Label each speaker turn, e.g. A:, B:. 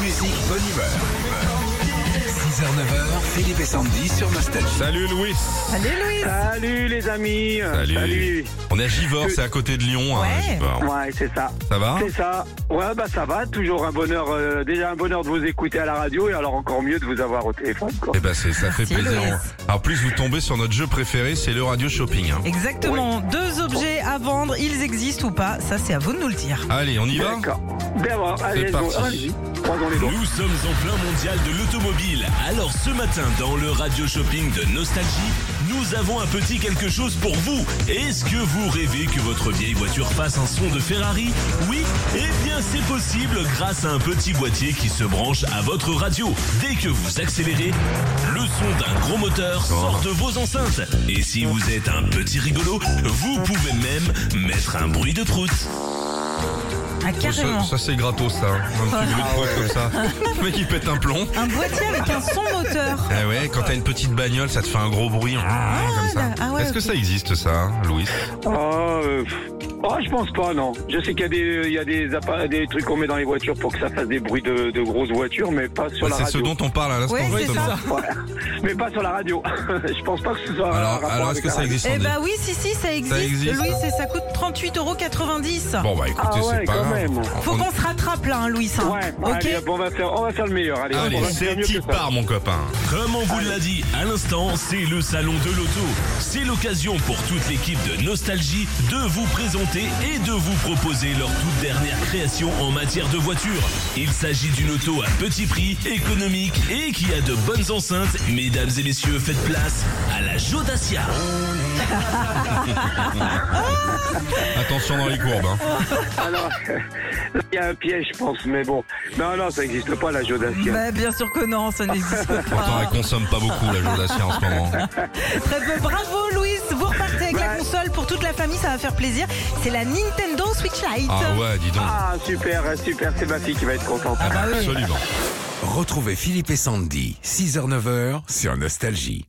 A: classiques bonne humeur. 6h, 9h, Philippe et Sandy sur Nostalgie.
B: Salut Louis
C: Salut Louis
D: Salut les amis
B: Salut. On est à Givors,
D: Que-
B: c'est à côté de Lyon. hein,
C: Ouais.
B: Givors.
D: Ouais, c'est ça.
B: Ça va
D: C'est ça. Ouais, bah ça va, toujours un bonheur, euh, déjà un bonheur de vous écouter à la radio et alors encore mieux de vous avoir au téléphone. Quoi.
B: Eh ben c'est- ça fait
C: Merci,
B: plaisir.
C: Louis.
B: On- En plus, vous tombez sur notre jeu préféré, c'est le radio shopping. hein.
C: Exactement, deux objets à vendre, ils existent ou pas, ça c'est à vous de nous le dire.
B: Allez, on y va
D: D'accord. Ben voilà, allez,
B: parti.
D: allez, croisons les doigts.
E: Nous sommes en plein mondial de l'automobile. Alors ce matin, dans le radio shopping de Nostalgie, nous avons un petit quelque chose pour vous. Est-ce que vous rêvez que votre vieille voiture fasse un son de Ferrari Oui Eh bien c'est possible grâce à un petit boîtier qui se branche à votre radio. Dès que vous accélérez, le son d'un gros moteur sort de vos enceintes. Et si vous êtes un petit rigolo, vous pouvez même mettre un bruit de prout.
C: Ah
B: Oh, Ça,
C: carrément.
B: ça, c'est gratos ça. hein. Un petit bruit de
D: Ah
B: poing comme ça. Le mec il pète un plomb.
C: Un boîtier avec un son moteur.
B: Eh ouais, quand t'as une petite bagnole, ça te fait un gros bruit. hein. comme ça.
C: là, ah ouais,
B: Est-ce que
C: ok.
B: ça existe ça, hein, Louis
D: Oh, euh, pff. Oh, je pense pas, non. Je sais qu'il y a, des, il y a des, appa- des trucs qu'on met dans les voitures pour que ça fasse des bruits de, de grosses voitures, mais pas sur
B: Bah,
D: la
B: C'est ce
D: radio.
B: dont on parle à l'instant.
C: Ouais, c'est
B: Tom.
C: ça.
D: Ouais. Mais pas sur la radio. je pense pas que ce soit. un
B: Alors,
D: rapport
B: alors est-ce
D: avec
B: que
D: la
B: ça
D: radio.
B: existe
C: Eh
B: Sandy
C: bah oui, si, si, ça existe.
B: existe.
C: Louis, et ça coûte 38,90 euros.
B: Bon bah écoutez,
D: Ah
B: c'est
D: ouais,
B: pas
D: quand
B: grave.
D: même.
C: Faut
B: On-
C: qu'on se rattrape là, hein, Louis. hein.
D: Ouais, bah,
C: ok
D: allez, bon, on, va faire, on va faire le meilleur. Allez, on
B: Allez,
D: va faire
B: c'est
D: mieux que
B: qui
D: ça.
B: part mon copain.
E: Comme on vous l'a dit à l'instant, c'est le salon de l'auto. C'est l'occasion pour toute l'équipe de Nostalgie de vous présenter et de vous proposer leur toute dernière création en matière de voiture. Il s'agit d'une auto à petit prix, économique et qui a de bonnes enceintes. Mesdames et messieurs, faites place à la Jodacia.
B: Attention dans les courbes. hein.
D: Alors, il y a un piège, je pense, mais bon. Non, non, ça n'existe pas, la Jodacia.
C: Bah, bien sûr que non, ça n'existe
B: Pourtant, elle
C: pas.
B: consomme pas beaucoup la Jodacia en ce moment.
C: Très bien, bravo Louis, vous repartez avec la console pour toute la famille, ça va faire plaisir. C'est la Nintendo Switch Lite.
B: Ah ouais, dis donc.
D: Ah, super, super, c'est ma fille qui va être contente.
B: Absolument.
A: Retrouvez Philippe et Sandy, 6h, 9h sur Nostalgie.